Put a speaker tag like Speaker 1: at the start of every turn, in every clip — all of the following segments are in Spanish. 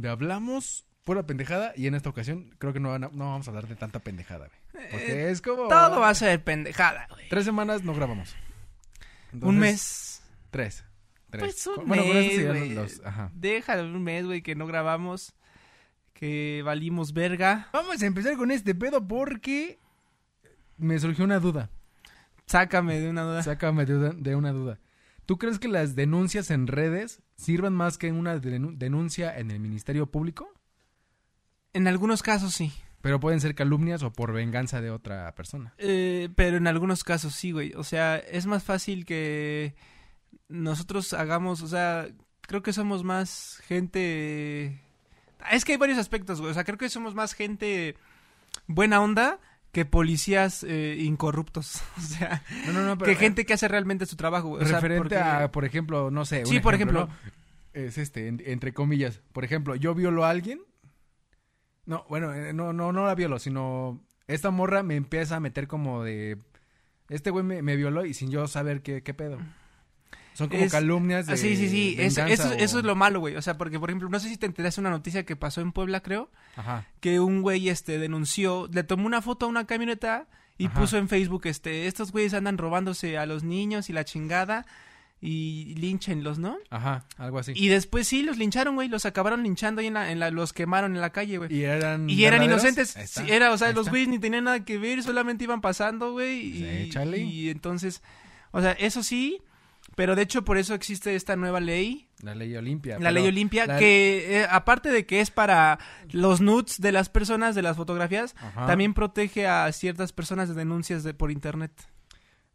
Speaker 1: donde hablamos pura pendejada y en esta ocasión creo que no, van a- no vamos a hablar de tanta pendejada, güey. Porque
Speaker 2: Eh,
Speaker 1: es como...
Speaker 2: Todo va a ser pendejada, güey.
Speaker 1: Tres semanas no grabamos.
Speaker 2: un
Speaker 1: Entonces,
Speaker 2: mes.
Speaker 1: Tres. Tres.
Speaker 2: Pues un
Speaker 1: bueno, con
Speaker 2: mes,
Speaker 1: esto serían
Speaker 2: güey.
Speaker 1: los... Ajá.
Speaker 2: Déjalo un mes, güey, que no grabamos. Que valimos verga.
Speaker 1: Vamos a empezar con este pedo porque me surgió una duda.
Speaker 2: Sácame de una duda.
Speaker 1: Sácame de, una- de una duda. ¿Tú crees que las denuncias en redes sirvan más que una denu- denuncia en el Ministerio Público?
Speaker 2: En algunos casos sí.
Speaker 1: Pero pueden ser calumnias o por venganza de otra persona.
Speaker 2: Eh, pero en algunos casos sí, güey. O sea, es más fácil que nosotros hagamos, o sea, creo que somos más gente... Ah, Es que hay varios aspectos, güey. O sea, creo que somos más gente buena onda que policías eh, incorruptos. O sea,
Speaker 1: No, no, no,
Speaker 2: que gente que hace realmente su trabajo, güey. O sea,
Speaker 1: referente
Speaker 2: porque-
Speaker 1: a, por ejemplo, no sé. un
Speaker 2: Sí, por ejemplo.
Speaker 1: ¿no? Es este, en- entre comillas. Por ejemplo, yo violo a alguien. No, bueno, eh, no, no, no la violo, sino esta morra me empieza a meter como de. Este güey me, me violó y sin yo saber qué, qué pedo. Son como
Speaker 2: Es-
Speaker 1: calumnias pues, de.
Speaker 2: Ah, sí, sí, sí. Eso,
Speaker 1: venganza
Speaker 2: eso-
Speaker 1: o-
Speaker 2: eso es lo malo, güey. O sea, porque, por ejemplo, no sé si te enteraste de una noticia que pasó en Puebla, creo.
Speaker 1: Ajá.
Speaker 2: que un güey este denunció, le tomó una foto a una camioneta y
Speaker 1: Ajá.
Speaker 2: puso en Facebook este, estos güeyes andan robándose a los niños y la chingada y linchenlos, ¿no?
Speaker 1: Ajá, algo así.
Speaker 2: Y después sí los lincharon, güey, los acabaron linchando y en la, en la- los quemaron en la calle, güey.
Speaker 1: Y eran.
Speaker 2: Y, eran
Speaker 1: verdaderos.
Speaker 2: inocentes,
Speaker 1: Ahí está,
Speaker 2: Sí, era, o sea,
Speaker 1: ahí
Speaker 2: los
Speaker 1: está. Pues
Speaker 2: güeyes ni tenían nada que ver, solamente iban pasando, güey,
Speaker 1: Sí,
Speaker 2: y,
Speaker 1: chale.
Speaker 2: y entonces, o sea, eso sí, pero de hecho por eso existe esta nueva ley
Speaker 1: La ley Olimpia.
Speaker 2: la ley Olimpia, que eh, aparte de que es para los nudes de las personas, de las fotografías,
Speaker 1: Ah.
Speaker 2: también protege a ciertas personas de denuncias de, por internet.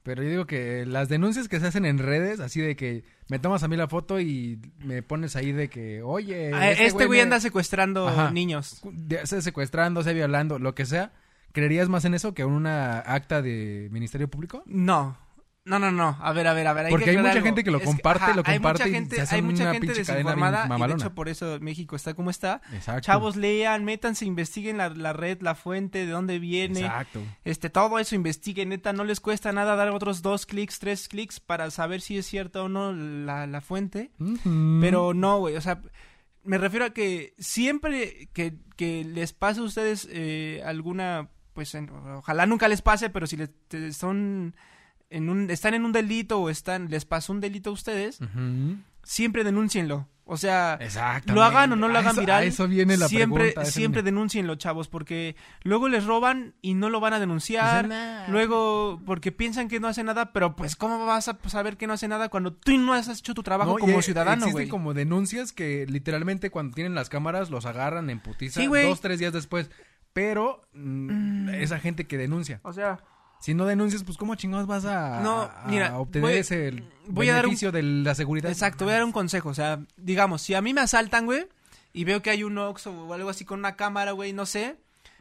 Speaker 1: Pero yo digo que las denuncias que se hacen en redes, así de que me tomas a mí la foto y me pones ahí de que, oye,
Speaker 2: Ah, este güey
Speaker 1: Eh, me-
Speaker 2: anda secuestrando
Speaker 1: Ajá.
Speaker 2: niños.
Speaker 1: de- se secuestrando, se violando, lo que sea. ¿Creerías más en eso que en una acta de Ministerio Público?
Speaker 2: No. No, no, no. A ver, a ver, a ver.
Speaker 1: Porque hay
Speaker 2: aclarar
Speaker 1: mucha
Speaker 2: algo.
Speaker 1: gente que lo comparte, lo comparte
Speaker 2: Hay
Speaker 1: y
Speaker 2: mucha gente,
Speaker 1: se hace
Speaker 2: hay mucha
Speaker 1: una
Speaker 2: gente
Speaker 1: pinche cadena bien
Speaker 2: desinformada y de
Speaker 1: mamalona.
Speaker 2: hecho por eso México está como está.
Speaker 1: Exacto.
Speaker 2: Chavos, lean, métanse, investiguen la, la red, la fuente, de dónde viene.
Speaker 1: Exacto.
Speaker 2: Este, todo eso investiguen, neta, no les cuesta nada dar otros dos clics, tres clics para saber si es cierta o no la, la fuente.
Speaker 1: Ujú.
Speaker 2: Pero no, güey, o sea, me refiero a que siempre que, que les pase a ustedes eh, alguna, pues, en- ojalá nunca les pase, pero si les, te- son en un, están en un delito o están, les pasó un delito a ustedes,
Speaker 1: Ujú.
Speaker 2: siempre denúncienlo. O sea,
Speaker 1: Exactamente.
Speaker 2: lo hagan o no lo
Speaker 1: A
Speaker 2: hagan
Speaker 1: eso-
Speaker 2: viral.
Speaker 1: a eso viene la
Speaker 2: siempre,
Speaker 1: pregunta, a eso
Speaker 2: siempre
Speaker 1: viene.
Speaker 2: denúncienlo, chavos, porque luego les roban y no lo van a
Speaker 1: Pues
Speaker 2: denunciar.
Speaker 1: Dicen, "Nah".
Speaker 2: Luego, porque piensan que no hace nada, pero pues, ¿cómo vas a saber que no hace nada cuando tú no has hecho tu trabajo
Speaker 1: No, y
Speaker 2: como
Speaker 1: e-
Speaker 2: ciudadano,
Speaker 1: existen
Speaker 2: güey?
Speaker 1: como denuncias que literalmente cuando tienen las cámaras los agarran en putiza
Speaker 2: Sí, güey.
Speaker 1: dos, tres días después. Pero mm, esa gente que denuncia.
Speaker 2: O sea,
Speaker 1: Si no denuncias, pues cómo chingados vas a,
Speaker 2: No,
Speaker 1: a
Speaker 2: mira,
Speaker 1: obtener
Speaker 2: voy-
Speaker 1: ese el
Speaker 2: voy a dar un-
Speaker 1: beneficio de la seguridad.
Speaker 2: exacto, voy a dar un consejo. O sea, digamos, si a mí me asaltan, güey, y veo que hay un Oxxo o algo así con una cámara, güey, no sé,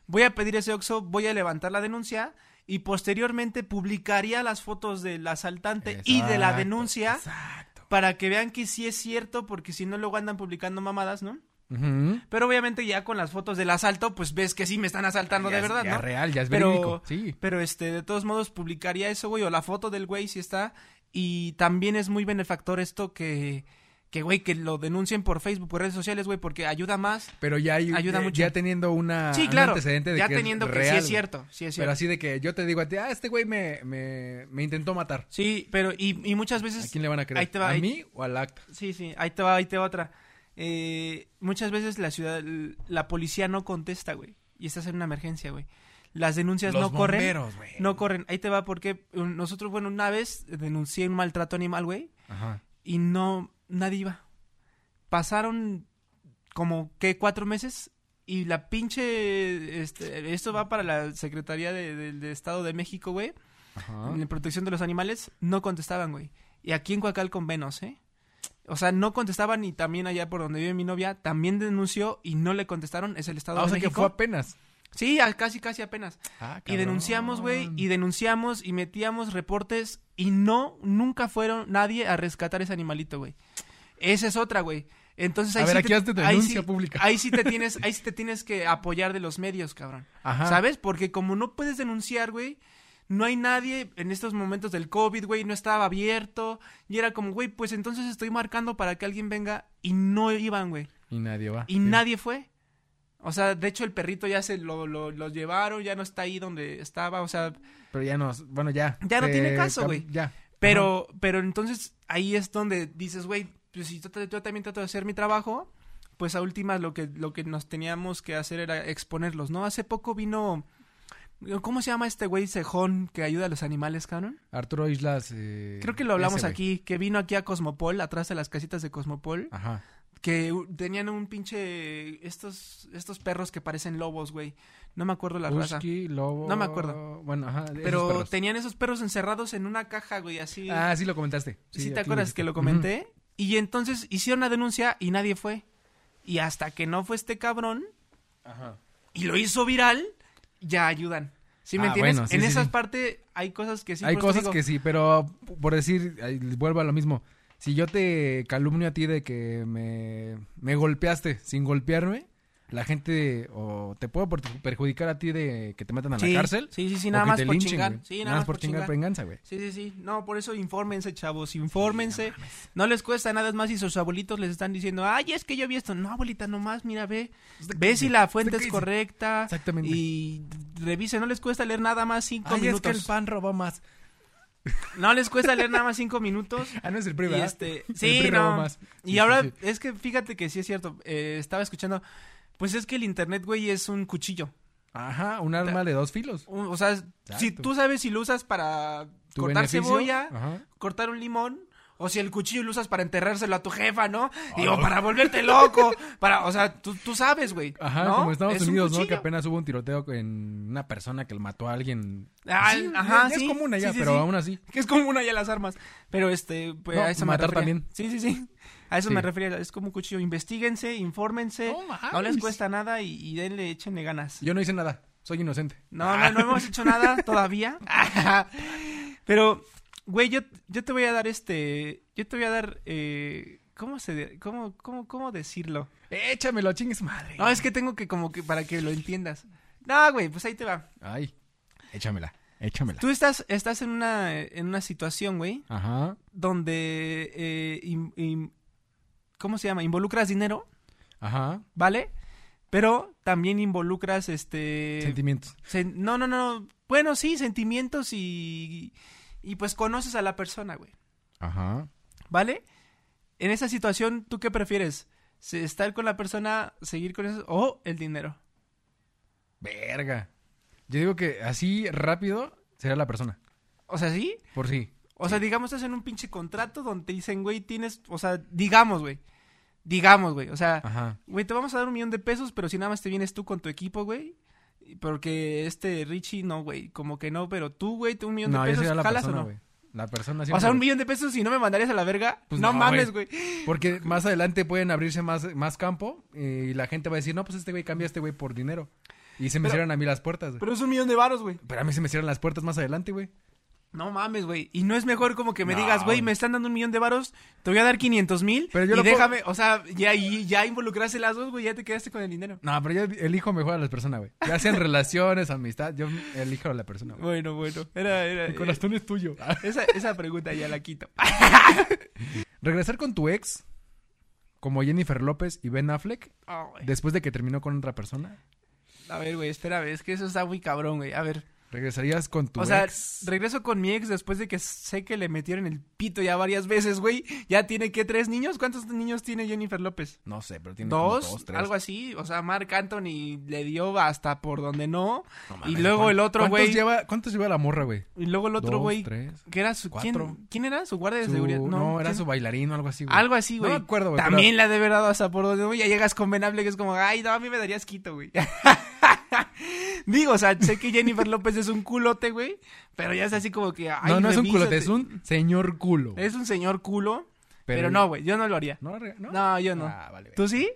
Speaker 2: voy a pedir ese Oxxo, voy a levantar la denuncia y posteriormente publicaría las fotos del asaltante y de la
Speaker 1: Exacto,
Speaker 2: denuncia.
Speaker 1: Exacto.
Speaker 2: para que vean que sí es cierto, porque si no luego andan publicando mamadas, ¿no?
Speaker 1: Ujú.
Speaker 2: Pero obviamente ya con las fotos del asalto, pues ves que sí me están asaltando
Speaker 1: Ya
Speaker 2: de
Speaker 1: es-
Speaker 2: verdad,
Speaker 1: ya
Speaker 2: ¿no?
Speaker 1: es real, ya es
Speaker 2: Pero-
Speaker 1: verídico. Sí.
Speaker 2: Pero este, de todos modos, publicaría eso, güey, o la foto del güey si está. Y también es muy benefactor esto que, que güey, que lo denuncien por Facebook, por redes sociales, güey, porque ayuda más.
Speaker 1: Pero ya hay,
Speaker 2: Ayuda
Speaker 1: eh,
Speaker 2: mucho.
Speaker 1: ya teniendo una
Speaker 2: sí,
Speaker 1: Ah, un
Speaker 2: claro.
Speaker 1: antecedente de
Speaker 2: ya
Speaker 1: que
Speaker 2: teniendo
Speaker 1: es
Speaker 2: que
Speaker 1: real,
Speaker 2: sí es
Speaker 1: güey.
Speaker 2: cierto, sí es cierto.
Speaker 1: Pero así de que yo te digo a ti, ah, este güey me, me, me intentó matar.
Speaker 2: Sí, pero y, y muchas
Speaker 1: ¿A
Speaker 2: veces
Speaker 1: quién le van a creer?
Speaker 2: ahí te va,
Speaker 1: ¿A
Speaker 2: ahí-
Speaker 1: mí o al acta?
Speaker 2: Sí, sí, ahí te va, ahí te va otra. Eh, muchas veces la ciudad, la policía no contesta, güey. Y estás en una emergencia, güey. Las denuncias no corren.
Speaker 1: bomberos, güey.
Speaker 2: No corren. Ahí te va porque un- nosotros, bueno, una vez denuncié un maltrato animal, güey.
Speaker 1: Ajá.
Speaker 2: Y no, nadie iba. Pasaron como, ¿qué? Cuatro meses. Y la pinche, este, esto va para la Secretaría de, de- de Estado de México, güey.
Speaker 1: Ajá.
Speaker 2: En protección de los animales, no contestaban, güey. Y aquí en Coacalcon menos, ¿eh? O sea, no contestaban y también allá por donde vive mi novia también denunció y no le contestaron. Es el Estado
Speaker 1: Ah, o
Speaker 2: de
Speaker 1: sea que
Speaker 2: México.
Speaker 1: fue apenas.
Speaker 2: Sí, a- casi, casi apenas.
Speaker 1: Ah,
Speaker 2: Y
Speaker 1: cabrón.
Speaker 2: denunciamos, güey, y denunciamos y metíamos reportes y no, nunca fueron nadie a rescatar ese animalito, güey. Esa es otra, güey. Entonces ahí
Speaker 1: A ver,
Speaker 2: sí
Speaker 1: aquí
Speaker 2: te,
Speaker 1: hazte tu
Speaker 2: ahí
Speaker 1: denuncia
Speaker 2: sí-
Speaker 1: pública.
Speaker 2: Ahí sí te tienes, ahí sí te tienes que apoyar de los medios, cabrón.
Speaker 1: Ajá.
Speaker 2: ¿Sabes? Porque como no puedes denunciar, güey, no hay nadie en estos momentos del COVID, güey, no estaba abierto. Y era como, güey, pues entonces estoy marcando para que alguien venga y no iban, güey.
Speaker 1: Y nadie va.
Speaker 2: Y
Speaker 1: Sí.
Speaker 2: nadie fue. O sea, de hecho el perrito ya se lo, lo, lo llevaron, ya no está ahí donde estaba, o sea,
Speaker 1: Pero ya no, bueno, ya.
Speaker 2: Ya no
Speaker 1: Se
Speaker 2: tiene caso,
Speaker 1: cam-
Speaker 2: güey.
Speaker 1: Ya.
Speaker 2: pero, pero entonces ahí es donde dices, güey, pues si yo, tra- yo también trato de hacer mi trabajo, pues a últimas lo que, lo que nos teníamos que hacer era exponerlos, ¿no? Hace poco vino, ¿cómo se llama este güey cejón que ayuda a los animales, canon?
Speaker 1: Ajá. Arturo Islas. eh,
Speaker 2: Creo que lo hablamos
Speaker 1: ese güey.
Speaker 2: aquí, que vino aquí a Cosmopol, atrás de las casitas de Cosmopol,
Speaker 1: Ajá.
Speaker 2: que u- tenían un pinche, estos, estos perros que parecen lobos, güey. No me acuerdo la raza.
Speaker 1: Husky, lobo.
Speaker 2: No me acuerdo.
Speaker 1: Bueno, ajá. de esos
Speaker 2: Pero
Speaker 1: perros.
Speaker 2: tenían esos perros encerrados en una caja, güey, así.
Speaker 1: Ah, sí lo comentaste.
Speaker 2: sí,
Speaker 1: aquí
Speaker 2: ¿te acuerdas
Speaker 1: dijiste.
Speaker 2: que lo
Speaker 1: Ujú.
Speaker 2: comenté? Y entonces hicieron la denuncia y nadie fue. Y hasta que no fue este cabrón
Speaker 1: Ajá.
Speaker 2: y lo hizo viral, ya ayudan. ¿Sí
Speaker 1: Ah,
Speaker 2: me entiendes?
Speaker 1: bueno, sí,
Speaker 2: en
Speaker 1: sí,
Speaker 2: esas
Speaker 1: sí.
Speaker 2: partes hay cosas que sí.
Speaker 1: Hay
Speaker 2: por eso
Speaker 1: cosas
Speaker 2: digo,
Speaker 1: que sí, pero por decir, ay, vuelvo a lo mismo. Si yo te calumnio a ti de que me, me golpeaste sin golpearme, la gente o te puedo per- perjudicar a ti de que te metan a la
Speaker 2: sí,
Speaker 1: cárcel.
Speaker 2: Sí, sí, sí,
Speaker 1: o
Speaker 2: nada
Speaker 1: que
Speaker 2: más
Speaker 1: te
Speaker 2: por
Speaker 1: linchen,
Speaker 2: chingar.
Speaker 1: güey.
Speaker 2: Sí, nada, más por chingar.
Speaker 1: venganza, güey.
Speaker 2: Sí, sí, sí. No, por eso infórmense, chavos, infórmense. no les cuesta nada es más si sus abuelitos les están diciendo, ay, es que yo vi esto. No, abuelita, nomás, mira, ve.
Speaker 1: Pues,
Speaker 2: Ve si la fuente es
Speaker 1: crazy.
Speaker 2: correcta.
Speaker 1: Exactamente.
Speaker 2: Y revise, no les cuesta leer nada más cinco
Speaker 1: Ay, es
Speaker 2: minutos.
Speaker 1: que el pan robó más.
Speaker 2: No les cuesta leer nada más cinco minutos.
Speaker 1: Ah, no es el
Speaker 2: Y
Speaker 1: PRI, ¿verdad?
Speaker 2: este,
Speaker 1: El
Speaker 2: sí,
Speaker 1: PRI robó
Speaker 2: no.
Speaker 1: más. Sí,
Speaker 2: Y ahora,
Speaker 1: sí, sí.
Speaker 2: es que fíjate que sí es cierto. eh, estaba escuchando. Pues es que el internet, güey, es un cuchillo.
Speaker 1: Ajá, un arma de dos filos.
Speaker 2: Un- O sea, si tú sabes si lo usas para
Speaker 1: Tu
Speaker 2: cortar
Speaker 1: beneficio, Ah.
Speaker 2: cebolla,
Speaker 1: Ajá.
Speaker 2: cortar un limón. O si el cuchillo lo usas para enterrárselo a tu jefa, ¿no?
Speaker 1: Ah,
Speaker 2: Digo,
Speaker 1: no.
Speaker 2: para volverte loco. Para, o sea, tú, tú sabes, güey.
Speaker 1: Ajá,
Speaker 2: ¿no?
Speaker 1: como Estados
Speaker 2: Es un
Speaker 1: Unidos, ¿no? Que
Speaker 2: cuchillo.
Speaker 1: apenas hubo un tiroteo en una persona que mató a alguien.
Speaker 2: Ah,
Speaker 1: Sí,
Speaker 2: ajá,
Speaker 1: ya- ya
Speaker 2: sí,
Speaker 1: Es común allá,
Speaker 2: sí, sí,
Speaker 1: pero
Speaker 2: sí.
Speaker 1: aún así.
Speaker 2: Que es como una ya las armas. Pero este, pues
Speaker 1: No,
Speaker 2: a eso
Speaker 1: matar
Speaker 2: me refería.
Speaker 1: también.
Speaker 2: Sí, sí, sí. A eso
Speaker 1: Sí.
Speaker 2: me refería. Es como un cuchillo. Investiguense, infórmense.
Speaker 1: No mames.
Speaker 2: no les cuesta nada y, y denle, échenle ganas.
Speaker 1: Yo no hice nada, soy inocente.
Speaker 2: No, no, no hemos hecho nada todavía. Pero, güey, yo, yo te voy a dar este. Yo te voy a dar. eh, ¿Cómo se.? de- ¿Cómo, cómo, cómo decirlo?
Speaker 1: Échamelo, chingues madre.
Speaker 2: No, es que tengo que, como que, para que lo entiendas. No, güey, pues ahí te va.
Speaker 1: Ay, échamela, échamela.
Speaker 2: Tú estás, estás en una, en una situación, güey,
Speaker 1: Ajá,
Speaker 2: donde, eh, im- im- ¿cómo se llama? Involucras dinero,
Speaker 1: ajá.
Speaker 2: ¿vale? Pero también involucras,
Speaker 1: Eh.
Speaker 2: este...
Speaker 1: Sentimientos.
Speaker 2: sen- no, no, no. Bueno, sí, sentimientos y... Y pues conoces a la persona, güey,
Speaker 1: Ajá.
Speaker 2: ¿vale? En esa situación, ¿tú qué prefieres? Se- ¿Estar con la persona, seguir con eso o el dinero?
Speaker 1: Verga. Yo digo que así rápido será la persona.
Speaker 2: O sea, ¿sí?
Speaker 1: Por sí.
Speaker 2: O sea, digamos, estás en un pinche contrato donde te dicen, güey, tienes... O sea, digamos, güey. Digamos, güey. O sea,
Speaker 1: Ajá.
Speaker 2: Güey, te vamos a dar un millón de pesos, pero si nada más te vienes tú con tu equipo, güey. y- Porque este Richie, no, güey. Como que no, pero tú, güey, te un millón
Speaker 1: No,
Speaker 2: de
Speaker 1: yo
Speaker 2: pesos,
Speaker 1: sería la
Speaker 2: ¿jalas
Speaker 1: persona,
Speaker 2: o no?
Speaker 1: güey. La persona
Speaker 2: O
Speaker 1: siempre,
Speaker 2: sea, un
Speaker 1: güey.
Speaker 2: millón de pesos y no me mandarías a la verga.
Speaker 1: Pues
Speaker 2: no,
Speaker 1: no,
Speaker 2: mames, güey.
Speaker 1: Porque más adelante pueden abrirse más, más campo eh, y la gente va a decir, no, pues este güey cambia a este güey por dinero. Y se me
Speaker 2: Pero-
Speaker 1: cierran a mí las puertas, güey. Pero,
Speaker 2: Pero es un millón de varos, güey.
Speaker 1: a mí se me cierran las puertas más adelante, güey.
Speaker 2: No mames, güey. Y no es mejor como que me
Speaker 1: No,
Speaker 2: digas, güey,
Speaker 1: güey.
Speaker 2: me están dando un millón de varos, te voy a dar 500 mil.
Speaker 1: Pero
Speaker 2: Pero
Speaker 1: yo
Speaker 2: yo
Speaker 1: lo
Speaker 2: y
Speaker 1: puedo-
Speaker 2: déjame, o sea, ya, y- ya involucraste las dos, güey, ya te quedaste con el dinero.
Speaker 1: No, pero yo elijo mejor a las personas, güey. Ya sean relaciones, amistad, yo elijo a la persona, güey.
Speaker 2: Bueno, bueno. Era, era. eh,
Speaker 1: El corazón es tuyo.
Speaker 2: Esa, esa pregunta ya la quito.
Speaker 1: Regresar con tu ex, como Jennifer López y Ben Affleck,
Speaker 2: Ah, güey.
Speaker 1: después de que terminó con otra persona,
Speaker 2: A ver, güey, espérame, es que eso está muy cabrón, güey. A ver.
Speaker 1: ¿regresarías con tu
Speaker 2: o sea,
Speaker 1: ex?
Speaker 2: regreso con mi ex después de que sé que le metieron el pito ya varias veces, güey. Ya tiene que tres niños. ¿Cuántos niños tiene Jennifer López?
Speaker 1: No sé, pero tiene como
Speaker 2: Dos,
Speaker 1: dos, tres.
Speaker 2: algo así. O sea, Mark Anthony le dio hasta por donde no.
Speaker 1: No
Speaker 2: y
Speaker 1: mames,
Speaker 2: luego el
Speaker 1: ¿cuán-
Speaker 2: otro,
Speaker 1: ¿cuántos
Speaker 2: güey.
Speaker 1: lleva- ¿Cuántos lleva la morra, güey?
Speaker 2: Y luego el otro,
Speaker 1: Dos,
Speaker 2: güey.
Speaker 1: tres.
Speaker 2: que era su
Speaker 1: cuatro.
Speaker 2: ¿quién, quién era? ¿Su guardia de
Speaker 1: Su-
Speaker 2: seguridad?
Speaker 1: no, era
Speaker 2: ¿quién?
Speaker 1: su bailarín o algo así, güey.
Speaker 2: Algo así,
Speaker 1: No
Speaker 2: güey.
Speaker 1: me acuerdo, güey, pero-
Speaker 2: También la de verdad hasta por donde no, ya llegas con Benable que es como, ay, no, a mí me darías quito, güey. Digo, o sea, sé que Jennifer López es un culote, güey, pero ya es así como que, ay,
Speaker 1: no, no es un culote,
Speaker 2: revísate".
Speaker 1: es un señor culo.
Speaker 2: Es un señor culo, pero,
Speaker 1: Pero-
Speaker 2: no, güey, yo no lo haría.
Speaker 1: No, re- no.
Speaker 2: No, yo no.
Speaker 1: Ah, vale,
Speaker 2: ¿Tú
Speaker 1: güey.
Speaker 2: sí?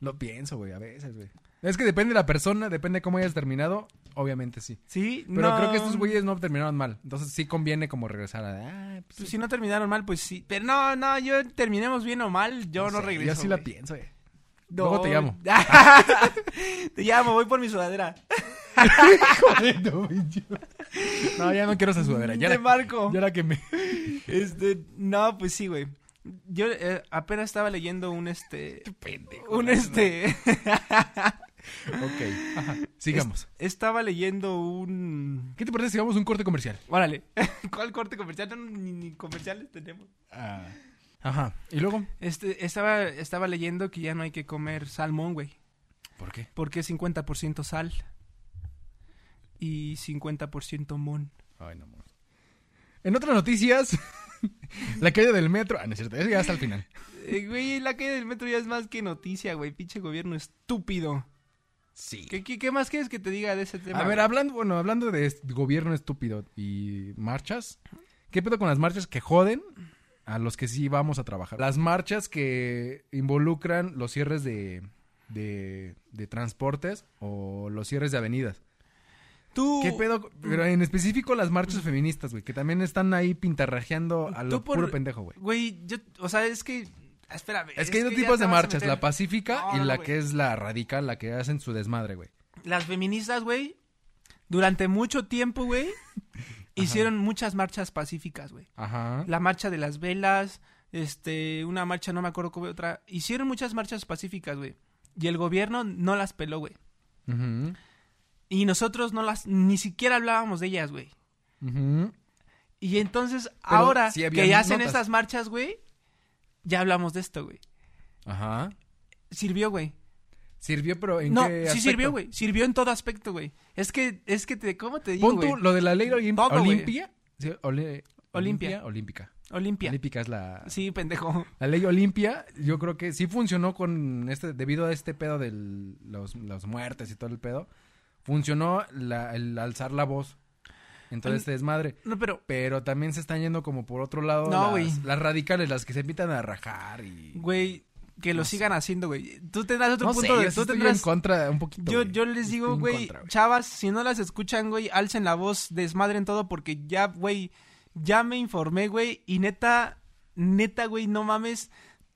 Speaker 1: Lo pienso, güey, a veces, güey. Es que depende de la persona, depende de cómo hayas terminado, obviamente sí.
Speaker 2: Sí,
Speaker 1: Pero
Speaker 2: no.
Speaker 1: creo que estos güeyes no terminaron mal. Entonces sí conviene como regresar a... Ah, pues,
Speaker 2: Pues si no terminaron mal, pues sí. Pero no, no, yo terminemos bien o mal, yo no,
Speaker 1: sé,
Speaker 2: regreso.
Speaker 1: Yo sí la
Speaker 2: güey.
Speaker 1: pienso, güey.
Speaker 2: No.
Speaker 1: Luego te llamo.
Speaker 2: te llamo, voy por mi sudadera.
Speaker 1: no, ya no quiero esa sudadera. Ya
Speaker 2: Te
Speaker 1: la,
Speaker 2: marco.
Speaker 1: Ya la que me...
Speaker 2: Este, no, pues sí, güey. Yo eh, apenas estaba leyendo un este.
Speaker 1: Pendejo.
Speaker 2: Un este.
Speaker 1: Ok. Ajá, Sigamos.
Speaker 2: estaba leyendo un.
Speaker 1: ¿Qué te parece si vamos a un corte comercial?
Speaker 2: Órale. ¿Cuál corte comercial? No, ni, ni comerciales tenemos.
Speaker 1: Ah. Ajá. ¿Y luego?
Speaker 2: Este, estaba, estaba leyendo que ya no hay que comer salmón, güey.
Speaker 1: ¿Por qué?
Speaker 2: Porque es 50% sal. Y 50% mon.
Speaker 1: Ay, no. mames. En otras noticias, la caída del metro. Ah, no es cierto, eso ya hasta el final.
Speaker 2: Eh, güey, la caída del metro ya es más que noticia, güey. Pinche gobierno estúpido.
Speaker 1: Sí.
Speaker 2: ¿Qué, qué, qué más quieres que te diga de ese tema?
Speaker 1: A ver,
Speaker 2: güey?
Speaker 1: hablando, bueno, hablando de est- gobierno estúpido y marchas, ¿qué pedo con las marchas que joden a los que sí vamos a trabajar? Las marchas que involucran los cierres de, de, de transportes o los cierres de avenidas.
Speaker 2: tú,
Speaker 1: ¿Qué pedo? con- Pero en específico las marchas feministas, güey, que también están ahí pintarrajeando a lo
Speaker 2: Tú por-
Speaker 1: puro pendejo, güey.
Speaker 2: Güey, yo, o sea, es que, espérame.
Speaker 1: Es que hay dos
Speaker 2: ya
Speaker 1: tipos
Speaker 2: te
Speaker 1: de
Speaker 2: vas a
Speaker 1: marchas,
Speaker 2: meter-
Speaker 1: la pacífica
Speaker 2: No,
Speaker 1: y
Speaker 2: no,
Speaker 1: la
Speaker 2: güey.
Speaker 1: que es la radical, la que hacen su desmadre, güey.
Speaker 2: Las feministas, güey, durante mucho tiempo, güey, hicieron muchas marchas pacíficas, güey.
Speaker 1: Ajá.
Speaker 2: La marcha de las velas, este, una marcha, no me acuerdo cómo otra. Hicieron muchas marchas pacíficas, güey. Y el gobierno no las peló, güey.
Speaker 1: Ujú,
Speaker 2: Y nosotros no las, ni siquiera hablábamos de ellas, güey.
Speaker 1: ujú.
Speaker 2: Y entonces, ahora
Speaker 1: sí habían
Speaker 2: que ya hacen
Speaker 1: notas.
Speaker 2: estas marchas, güey, ya hablamos de esto, güey.
Speaker 1: Ajá.
Speaker 2: Sirvió, güey.
Speaker 1: Sirvió, pero en
Speaker 2: No, sí
Speaker 1: qué aspecto?
Speaker 2: sirvió, güey. Sirvió en todo aspecto, güey. Es que, es que te, ¿cómo te digo,
Speaker 1: Pon
Speaker 2: güey?
Speaker 1: tú lo de la ley olim-
Speaker 2: Todo, güey.
Speaker 1: olimpia. Sí, ole-
Speaker 2: Olimpia.
Speaker 1: olimpia. Olímpica.
Speaker 2: Olimpia.
Speaker 1: Olímpica es la.
Speaker 2: Sí, pendejo.
Speaker 1: La ley Olimpia, yo creo que sí funcionó con este, debido a este pedo de los, las muertes y todo el pedo, funcionó la- el alzar la voz. Entonces este desmadre.
Speaker 2: No, pero,
Speaker 1: Pero también se están yendo como por otro lado
Speaker 2: No, güey.
Speaker 1: las, las radicales, las que se invitan a rajar y...
Speaker 2: güey, que lo sigan haciendo, güey. Tú tendrás otro
Speaker 1: no sé,
Speaker 2: punto de...
Speaker 1: yo sí
Speaker 2: Tú
Speaker 1: estoy en
Speaker 2: tendrás...
Speaker 1: contra un poquito.
Speaker 2: Yo,
Speaker 1: güey.
Speaker 2: yo les
Speaker 1: Estoy
Speaker 2: digo,
Speaker 1: en
Speaker 2: güey,
Speaker 1: contra,
Speaker 2: chavas, si no las escuchan, güey, alcen la voz, desmadren todo, porque ya, güey, ya me informé, güey, y neta, neta, güey, no mames,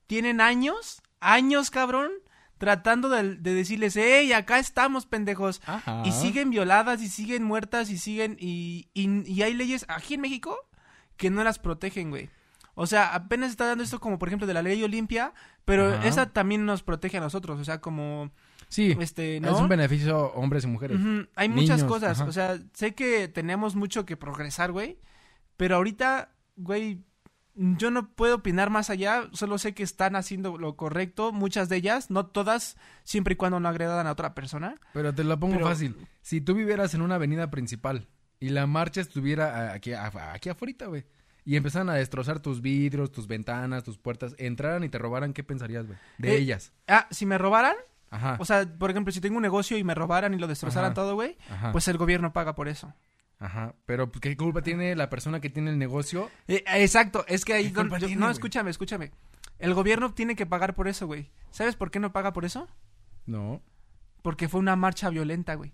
Speaker 2: tienen años, años, cabrón, tratando de, de decirles, hey, acá estamos, pendejos.
Speaker 1: Ajá.
Speaker 2: Y siguen violadas, y siguen muertas, y siguen, y, y- y hay leyes aquí en México que no las protegen, güey. O sea, apenas está dando esto como, por ejemplo, de la ley Olimpia, pero
Speaker 1: Ajá.
Speaker 2: esa también nos protege a nosotros, o sea, como,
Speaker 1: Sí,
Speaker 2: este, ¿no?
Speaker 1: es un beneficio hombres y mujeres.
Speaker 2: Ujú, Hay muchas
Speaker 1: Niños,
Speaker 2: cosas.
Speaker 1: ajá.
Speaker 2: O sea, sé que tenemos mucho que progresar, güey. Pero ahorita, güey, yo no puedo opinar más allá. Solo sé que están haciendo lo correcto. Muchas de ellas, no todas, siempre y cuando no agredan a otra persona.
Speaker 1: Pero te lo pongo
Speaker 2: Pero-
Speaker 1: fácil. Si tú vivieras en una avenida principal y la marcha estuviera a- aquí, a- aquí afuera, güey, y empezaran a destrozar tus vidrios, tus ventanas, tus puertas, entraran y te robaran, ¿qué pensarías, güey? De
Speaker 2: Eh, pues,
Speaker 1: ellas.
Speaker 2: Ah, si me robaran,
Speaker 1: Ajá.
Speaker 2: o sea, por ejemplo, si tengo un negocio y me robaran y lo destrozaran
Speaker 1: Ah. Ajá. Ah.
Speaker 2: todo, güey,
Speaker 1: ajá,
Speaker 2: pues el gobierno paga por eso.
Speaker 1: ajá. Pero pues, ¿qué culpa tiene la persona que tiene el negocio?
Speaker 2: Eh, exacto, es que ahí...
Speaker 1: ¿Qué
Speaker 2: don-
Speaker 1: culpa
Speaker 2: yo-
Speaker 1: tiene,
Speaker 2: no,
Speaker 1: güey?
Speaker 2: escúchame, escúchame. El gobierno tiene que pagar por eso, güey. ¿Sabes por qué no paga por eso?
Speaker 1: No.
Speaker 2: Porque fue una marcha violenta, güey.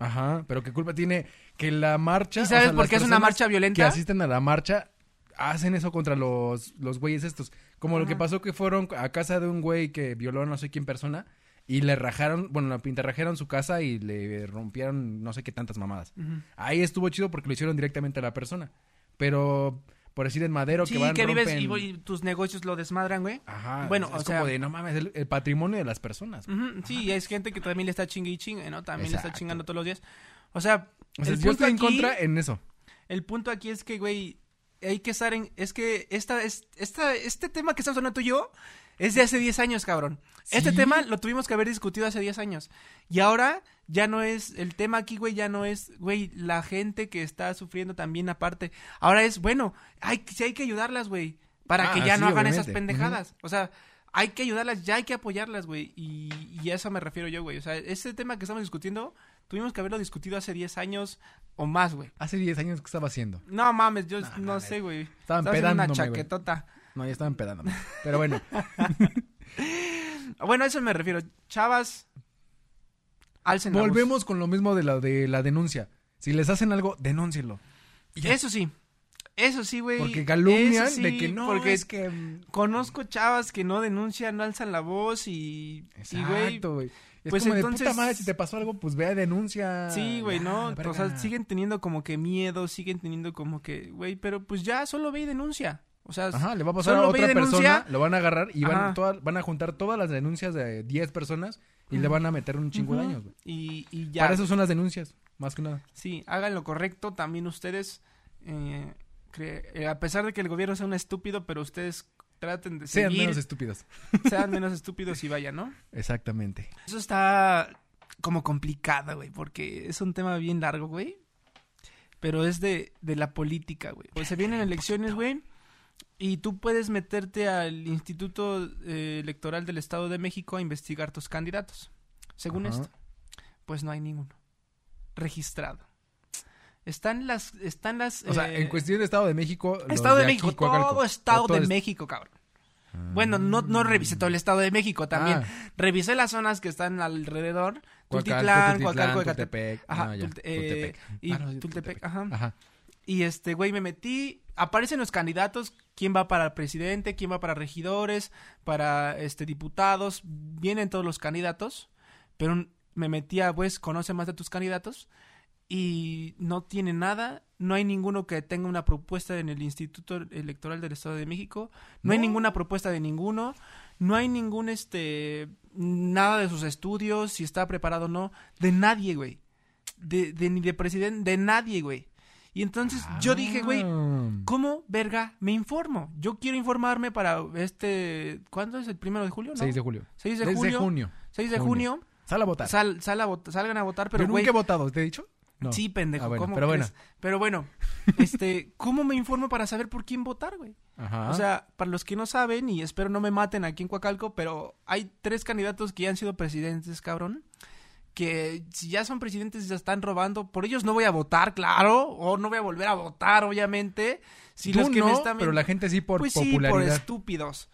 Speaker 1: Ajá. Pero ¿qué culpa tiene que la marcha...
Speaker 2: ¿Y sabes por
Speaker 1: las
Speaker 2: qué es una
Speaker 1: personas
Speaker 2: marcha violenta?
Speaker 1: Que asisten a la marcha hacen eso contra los, los güeyes estos. Como lo que
Speaker 2: Ajá.
Speaker 1: pasó que fueron a casa de un güey que violó a no sé quién persona y le rajaron, bueno, la pintarrajearon su casa y le rompieron no sé qué tantas mamadas.
Speaker 2: Ujú.
Speaker 1: Ahí estuvo chido porque lo hicieron directamente a la persona. Pero, por decir en madero,
Speaker 2: Sí,
Speaker 1: que
Speaker 2: que,
Speaker 1: van,
Speaker 2: vives
Speaker 1: rompen- Ah.
Speaker 2: y, voy- y tus negocios lo desmadran, güey.
Speaker 1: Ajá, bueno,
Speaker 2: Bueno,
Speaker 1: es,
Speaker 2: o
Speaker 1: es
Speaker 2: sea-
Speaker 1: como de, no mames, el, el patrimonio de las personas.
Speaker 2: Ujú, Sí, y hay gente que también le está chingue y chingue, ¿no? También le está
Speaker 1: Exacto.
Speaker 2: chingando todos los días. O sea,
Speaker 1: O sea,
Speaker 2: el,
Speaker 1: yo
Speaker 2: punto
Speaker 1: estoy en
Speaker 2: aquí,
Speaker 1: contra en eso.
Speaker 2: el punto aquí es que, güey, hay que estar en... Es que esta, es, esta, este tema que estamos hablando tú y yo es de hace 10 años, cabrón. Este
Speaker 1: Sí.
Speaker 2: tema lo tuvimos que haber discutido hace 10 años. Y ahora ya no es... El tema aquí, güey, ya no es, güey, la gente que está sufriendo también aparte. Ahora es, bueno, hay, sí hay que ayudarlas, güey. Para
Speaker 1: Ah,
Speaker 2: que ya
Speaker 1: sí,
Speaker 2: no hagan esas
Speaker 1: obviamente.
Speaker 2: pendejadas. O sea, hay que ayudarlas, ya hay que apoyarlas, güey. Y, y a eso me refiero yo, güey. O sea, este tema que estamos discutiendo, tuvimos que haberlo discutido hace 10 años o más, güey.
Speaker 1: Hace 10 años que estaba haciendo.
Speaker 2: No mames, yo no,
Speaker 1: mames.
Speaker 2: sé, güey.
Speaker 1: Estaban
Speaker 2: Estaba haciendo una
Speaker 1: pedándome, güey.
Speaker 2: chaquetota.
Speaker 1: No, ya estaban pedándome. Pero bueno,
Speaker 2: Bueno, a eso me refiero. Chavas, alcen la voz.
Speaker 1: Volvemos con lo mismo de la de la denuncia. Si les hacen algo, denúncienlo. Y ya.
Speaker 2: Eso sí. Eso sí, güey.
Speaker 1: porque calumnian
Speaker 2: Eso sí,
Speaker 1: de que no,
Speaker 2: Porque
Speaker 1: es que mm,
Speaker 2: conozco chavas que no denuncian, no alzan la voz y... y, güey,
Speaker 1: Exacto, güey. Es
Speaker 2: pues
Speaker 1: como de
Speaker 2: entonces-
Speaker 1: puta madre, si te pasó algo, pues ve a denuncia.
Speaker 2: Sí, güey,
Speaker 1: Ya,
Speaker 2: ¿no?
Speaker 1: la
Speaker 2: O sea,
Speaker 1: verga.
Speaker 2: siguen teniendo como que miedo, siguen teniendo como que, güey, pero pues ya solo ve y denuncia. O sea,
Speaker 1: Ajá, le va a pasar
Speaker 2: Solo
Speaker 1: a
Speaker 2: ve
Speaker 1: otra
Speaker 2: y denuncia.
Speaker 1: persona, lo van a agarrar y
Speaker 2: Ajá.
Speaker 1: van, todas- van a juntar todas las denuncias de 10 personas y le
Speaker 2: Ujú.
Speaker 1: van a meter un chingo de
Speaker 2: ujú,
Speaker 1: años, güey.
Speaker 2: Y, y ya.
Speaker 1: Para eso son las denuncias, más que nada.
Speaker 2: Sí, hagan lo correcto también ustedes. eh, cre- eh, a pesar de que el gobierno sea un estúpido, pero ustedes traten de
Speaker 1: Sean
Speaker 2: seguir,
Speaker 1: menos estúpidos.
Speaker 2: sean menos estúpidos y vayan, ¿no?
Speaker 1: Exactamente.
Speaker 2: Eso está como complicado, güey, porque es un tema bien largo, güey. Pero es de, de la política, güey. Pues se vienen elecciones, güey. Y tú puedes meterte al Instituto eh, Electoral del Estado de México a investigar tus candidatos. Según
Speaker 1: Ajá.
Speaker 2: esto, pues no hay ninguno registrado. Están las. Están las
Speaker 1: O sea,
Speaker 2: eh,
Speaker 1: en cuestión de Estado de México. los
Speaker 2: Estado de
Speaker 1: aquí,
Speaker 2: México,
Speaker 1: Coacalco,
Speaker 2: todo
Speaker 1: o
Speaker 2: Estado
Speaker 1: todo
Speaker 2: de
Speaker 1: es- Mm.
Speaker 2: México, cabrón. Bueno, no, no revisé todo el Estado de México también.
Speaker 1: Ah,
Speaker 2: Revisé las zonas que están alrededor.
Speaker 1: Coacalco,
Speaker 2: Tultitlán,
Speaker 1: Tultitlán,
Speaker 2: Coacalco, Ecatepec.
Speaker 1: Tultepec.
Speaker 2: Ajá,
Speaker 1: no, ya,
Speaker 2: Tulte- eh,
Speaker 1: Tultepec.
Speaker 2: Y
Speaker 1: Ah, no, sí,
Speaker 2: Tultepec,
Speaker 1: Tultepec.
Speaker 2: ajá.
Speaker 1: Ajá.
Speaker 2: Y este, güey, me metí. Aparecen los candidatos. ¿Quién va para presidente? ¿Quién va para regidores? ¿Para este diputados? Vienen todos los candidatos. Pero me metí a, pues, conoce más de tus candidatos. Y no tiene nada. No hay ninguno que tenga una propuesta en el Instituto Electoral del Estado de México. No, hay
Speaker 1: No.
Speaker 2: ninguna propuesta de ninguno. No hay ningún, este, nada de sus estudios, si está preparado o no. De nadie, güey. De, de, ni de presidente, de nadie, güey. Y entonces yo dije, güey,
Speaker 1: Ah.
Speaker 2: ¿cómo verga me informo? Yo quiero informarme para este. ¿Cuándo es el primero de julio? ¿No?
Speaker 1: 6 de julio.
Speaker 2: 6 de
Speaker 1: 6 de
Speaker 2: junio.
Speaker 1: junio.
Speaker 2: 6 de
Speaker 1: junio.
Speaker 2: junio.
Speaker 1: Sal a votar.
Speaker 2: sal- sal a vot- salgan a votar, pero
Speaker 1: Yo
Speaker 2: güey.
Speaker 1: nunca he votado, ¿te he dicho? No.
Speaker 2: Sí, pendejo.
Speaker 1: Ah, bueno,
Speaker 2: ¿cómo
Speaker 1: pero
Speaker 2: crees? Pero bueno, este, ¿cómo me informo para saber por quién votar, güey?
Speaker 1: Ajá.
Speaker 2: O sea, para los que no saben, y espero no me maten aquí en Coacalco, pero hay tres candidatos que ya han sido presidentes, cabrón. Que si ya son presidentes, ya están robando. Por ellos no voy a votar, claro. O no voy a volver a votar, obviamente. Si
Speaker 1: Tú
Speaker 2: los que
Speaker 1: no,
Speaker 2: me están
Speaker 1: pero la gente sí por
Speaker 2: pues sí, por
Speaker 1: popularidad.
Speaker 2: estúpidos.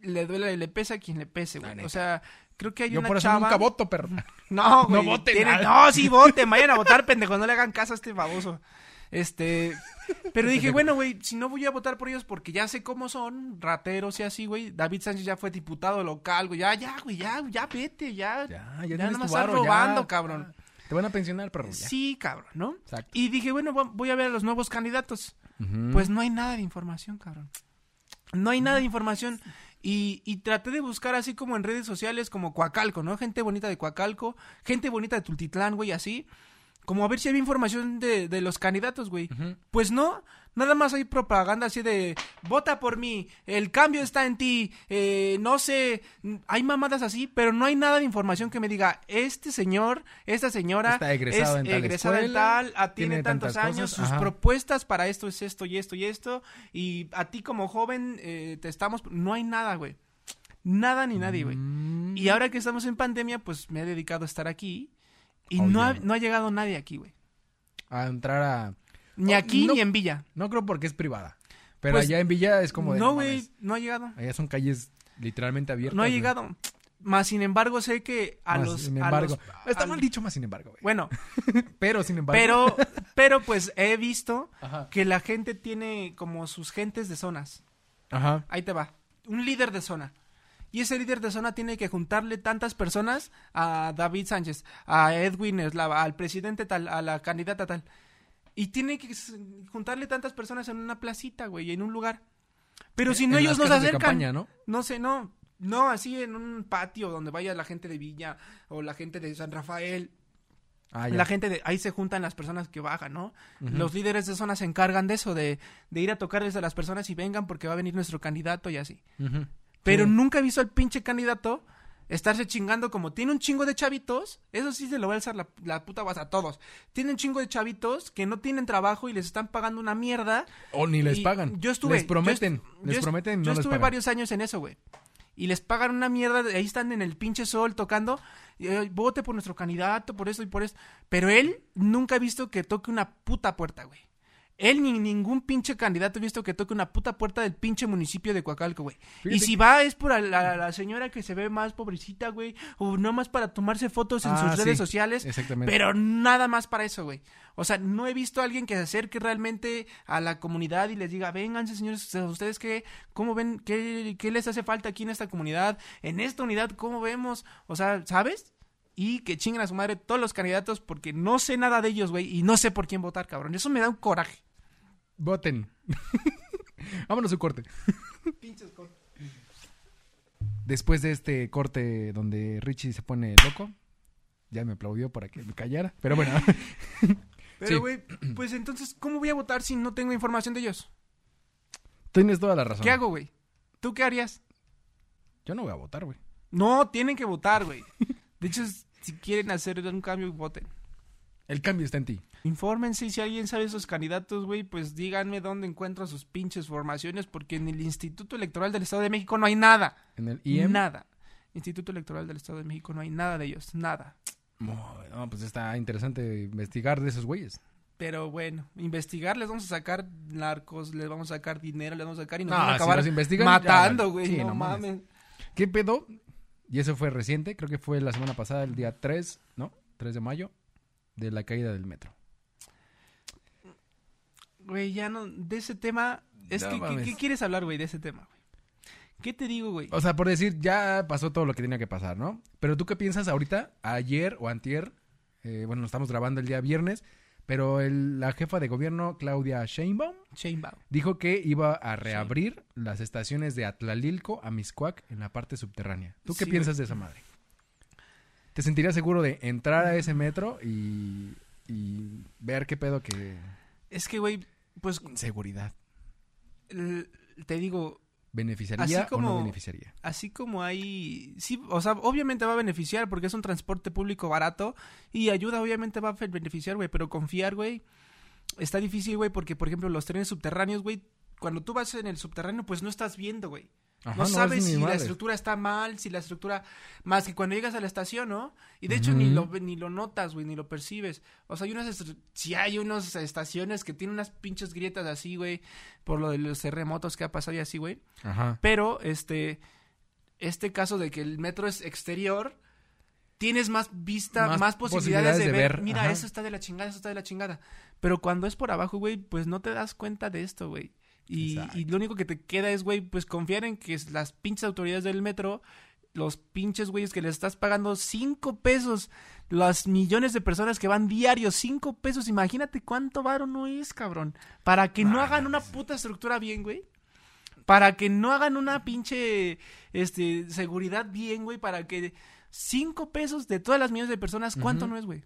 Speaker 2: Le duele, le pese a quien le pese,
Speaker 1: La
Speaker 2: güey.
Speaker 1: neta.
Speaker 2: O sea, creo que hay
Speaker 1: Yo
Speaker 2: una
Speaker 1: por eso
Speaker 2: chava.
Speaker 1: nunca voto, pero
Speaker 2: No, güey.
Speaker 1: No voten,
Speaker 2: tienen-
Speaker 1: nada.
Speaker 2: No, sí, voten. Vayan a votar, pendejo. No le hagan caso a este baboso. Este. Pero dije, bueno, güey, si no voy a votar por ellos porque ya sé cómo son, rateros y así, güey. David Sánchez ya fue diputado local, güey. Ya, ya, güey, ya, ya vete, ya.
Speaker 1: Ya,
Speaker 2: Ya
Speaker 1: ya, tienes
Speaker 2: nomás
Speaker 1: tu varo,
Speaker 2: estás robando,
Speaker 1: ya.
Speaker 2: cabrón.
Speaker 1: Te van a pensionar, perro. ya.
Speaker 2: Sí, cabrón, ¿no?
Speaker 1: Exacto.
Speaker 2: Y dije, bueno, vo- voy a ver a los nuevos candidatos.
Speaker 1: Ujú.
Speaker 2: Pues no hay nada de información, cabrón. No hay nada de información. Y, y traté de buscar así como en redes sociales, como Coacalco, ¿no? Gente bonita de Coacalco, gente bonita de Tultitlán, güey, así. Como a ver si había información de, de los candidatos, güey.
Speaker 1: Ujú.
Speaker 2: Pues no, nada más hay propaganda así de vota por mí, el cambio está en ti, eh, no sé, mm, hay mamadas así, pero no hay nada de información que me diga, este señor, esta señora
Speaker 1: Está egresado
Speaker 2: es
Speaker 1: en tal
Speaker 2: egresada en
Speaker 1: escuela,
Speaker 2: tal, ah, tiene,
Speaker 1: tiene
Speaker 2: tantos
Speaker 1: tantas
Speaker 2: años,
Speaker 1: cosas,
Speaker 2: sus
Speaker 1: ajá.
Speaker 2: propuestas para esto es esto y esto y esto, y a ti como joven eh, te estamos, no hay nada, güey, nada ni nadie, güey.
Speaker 1: Mm.
Speaker 2: Y ahora que estamos en pandemia, pues me he dedicado a estar aquí y
Speaker 1: Oh,
Speaker 2: no, ha,
Speaker 1: yeah.
Speaker 2: no ha llegado nadie aquí, güey.
Speaker 1: A entrar a...
Speaker 2: Ni
Speaker 1: Oh,
Speaker 2: aquí
Speaker 1: no-
Speaker 2: ni en Villa.
Speaker 1: No creo porque es privada. Pero
Speaker 2: Pues,
Speaker 1: allá en Villa es como de...
Speaker 2: no,
Speaker 1: mames,
Speaker 2: güey, no ha llegado.
Speaker 1: Allá son calles literalmente abiertas.
Speaker 2: No ha
Speaker 1: güey.
Speaker 2: llegado. Más sin embargo, sé que a
Speaker 1: Más
Speaker 2: los.
Speaker 1: Sin
Speaker 2: a
Speaker 1: embargo.
Speaker 2: los-
Speaker 1: Está
Speaker 2: al-
Speaker 1: mal dicho más sin embargo, güey.
Speaker 2: Bueno,
Speaker 1: Pero sin embargo...
Speaker 2: pero, pero pues he visto
Speaker 1: Ajá.
Speaker 2: que la gente tiene como sus gentes de zonas.
Speaker 1: Ajá.
Speaker 2: Ahí te va. Un líder de zona. Y ese líder de zona tiene que juntarle tantas personas a David Sánchez, a Edwin Eslava, al presidente tal, a la candidata tal. Y tiene que s- juntarle tantas personas en una placita, güey, en un lugar. Pero si no,
Speaker 1: Eh, En las
Speaker 2: ellos no se
Speaker 1: casas de
Speaker 2: acercan.
Speaker 1: campaña, ¿no?
Speaker 2: No sé, no. No, así en un patio donde vaya la gente de Villa o la gente de San Rafael.
Speaker 1: Ah, ya.
Speaker 2: La gente de ahí se juntan las personas que bajan, ¿no?
Speaker 1: Ujú.
Speaker 2: Los líderes de zona se encargan de eso, de, de ir a tocarles a las personas y vengan porque va a venir nuestro candidato y así.
Speaker 1: Ujú.
Speaker 2: Pero
Speaker 1: Sí.
Speaker 2: nunca he visto al pinche candidato estarse chingando como tiene un chingo de chavitos. Eso sí se lo va a alzar la, la puta guasa a todos. Tiene un chingo de chavitos que no tienen trabajo y les están pagando una mierda.
Speaker 1: O ni les
Speaker 2: Y
Speaker 1: pagan.
Speaker 2: Yo estuve.
Speaker 1: Les prometen.
Speaker 2: yo est-
Speaker 1: les
Speaker 2: yo est-
Speaker 1: prometen y
Speaker 2: Yo
Speaker 1: no les
Speaker 2: estuve
Speaker 1: pagan.
Speaker 2: varios años en eso, güey. Y les pagan una mierda. de- Ahí están en el pinche sol tocando. y, eh, vote por nuestro candidato, por eso y por eso. Pero él nunca ha visto que toque una puta puerta, güey. Él ni ningún pinche candidato ha visto que toque una puta puerta del pinche municipio de Coacalco, güey.
Speaker 1: Fíjate
Speaker 2: y si va es por a la, a la señora que se ve más pobrecita, güey. O nomás para tomarse fotos en
Speaker 1: Ah,
Speaker 2: sus redes
Speaker 1: sí.
Speaker 2: sociales.
Speaker 1: Exactamente.
Speaker 2: Pero nada más para eso, güey. O sea, no he visto a alguien que se acerque realmente a la comunidad y les diga, vénganse, señores, ustedes qué, cómo ven, qué, qué les hace falta aquí en esta comunidad, en esta unidad, cómo vemos, o sea, ¿sabes? Y que chinguen a su madre todos los candidatos porque no sé nada de ellos, güey, y no sé por quién votar, cabrón. Eso me da un coraje.
Speaker 1: Voten. Vámonos a un corte.
Speaker 2: Pinches cortes.
Speaker 1: Después de este corte donde Richie se pone loco, ya me aplaudió para que me callara. Pero bueno, Sí.
Speaker 2: Pero, güey, pues entonces, ¿cómo voy a votar si no tengo información de ellos?
Speaker 1: tienes toda la razón.
Speaker 2: ¿Qué hago, güey? ¿Tú qué harías?
Speaker 1: Yo no voy a votar, güey.
Speaker 2: No, tienen que votar, güey. De hecho, si quieren hacer un cambio, voten.
Speaker 1: El cambio está en ti.
Speaker 2: Infórmense y si alguien sabe esos candidatos, güey, pues díganme dónde encuentro sus pinches formaciones, porque en el Instituto Electoral del Estado de México no hay nada.
Speaker 1: En el IEM.
Speaker 2: Nada. Instituto Electoral del Estado de México no hay nada de ellos, nada.
Speaker 1: No, no, pues está interesante investigar de esos güeyes.
Speaker 2: Pero bueno, investigar, les vamos a sacar narcos, les vamos a sacar dinero, les vamos a sacar y nos
Speaker 1: No,
Speaker 2: van a
Speaker 1: Ah, si
Speaker 2: acabar
Speaker 1: los investigan, ya
Speaker 2: matando,
Speaker 1: vale.
Speaker 2: güey.
Speaker 1: Sí,
Speaker 2: no,
Speaker 1: no mames.
Speaker 2: mames.
Speaker 1: ¿Qué pedo? Y eso fue reciente, creo que fue la semana pasada, el día 3, ¿no? 3 de mayo, de la caída del metro.
Speaker 2: Güey, ya no, de ese tema, es
Speaker 1: No
Speaker 2: que, ¿qué- ¿qué,
Speaker 1: mames.
Speaker 2: quieres hablar, güey, de ese tema, güey? ¿Qué te digo, güey?
Speaker 1: O sea, por decir, ya pasó todo lo que tenía que pasar, ¿no? Pero tú qué piensas ahorita, ayer o antier, eh, bueno, lo estamos grabando el día viernes, pero el- la jefa de gobierno, Claudia Sheinbaum,
Speaker 2: Sheinbaum.
Speaker 1: dijo que iba a reabrir las estaciones de Atlalilco a Miscuac en la parte subterránea. ¿Tú qué
Speaker 2: Sí,
Speaker 1: piensas de esa madre? ¿Te sentirías seguro de entrar a ese metro y, y ver qué pedo que...
Speaker 2: Es que, güey, pues,
Speaker 1: Seguridad.
Speaker 2: l- te digo,
Speaker 1: ¿Beneficiaría
Speaker 2: Así como-
Speaker 1: o no beneficiaría?
Speaker 2: así como hay, sí, o sea, obviamente va a beneficiar porque es un transporte público barato y ayuda, obviamente va a fe- beneficiar, güey, pero confiar, güey, está difícil, güey, porque, por ejemplo, los trenes subterráneos, güey, cuando tú vas en el subterráneo, pues no estás viendo, güey.
Speaker 1: Ajá,
Speaker 2: no
Speaker 1: ves
Speaker 2: sabes
Speaker 1: ni
Speaker 2: si la
Speaker 1: madres.
Speaker 2: estructura está mal, si la estructura... Más que cuando llegas a la estación, ¿no? Y de hecho ni,
Speaker 1: Ujú.
Speaker 2: lo, ve- ni lo notas, güey, ni lo percibes. O sea, hay unas... estru- Sí hay unas estaciones que tienen unas pinches grietas así, güey, por lo de los terremotos que ha pasado y así, güey.
Speaker 1: Ajá.
Speaker 2: Pero, este... Este caso de que el metro es exterior, tienes más vista,
Speaker 1: Más
Speaker 2: más, posibilidades, de, ver. Mira,
Speaker 1: ajá.
Speaker 2: eso está de la chingada, eso está de la chingada. Pero cuando es por abajo, güey, pues no te das cuenta de esto, güey. Y,
Speaker 1: Exacto.
Speaker 2: y lo único que te queda es, güey, pues confiar en que las pinches autoridades del metro, los pinches güeyes que les estás pagando cinco pesos, las millones de personas que van diarios, cinco pesos, imagínate cuánto varo no es, cabrón. Para que no hagan una puta estructura bien, güey. Para que no hagan una pinche este, seguridad bien, güey. Para que cinco pesos de todas las millones de personas, ¿cuánto
Speaker 1: Ujú.
Speaker 2: no es, güey?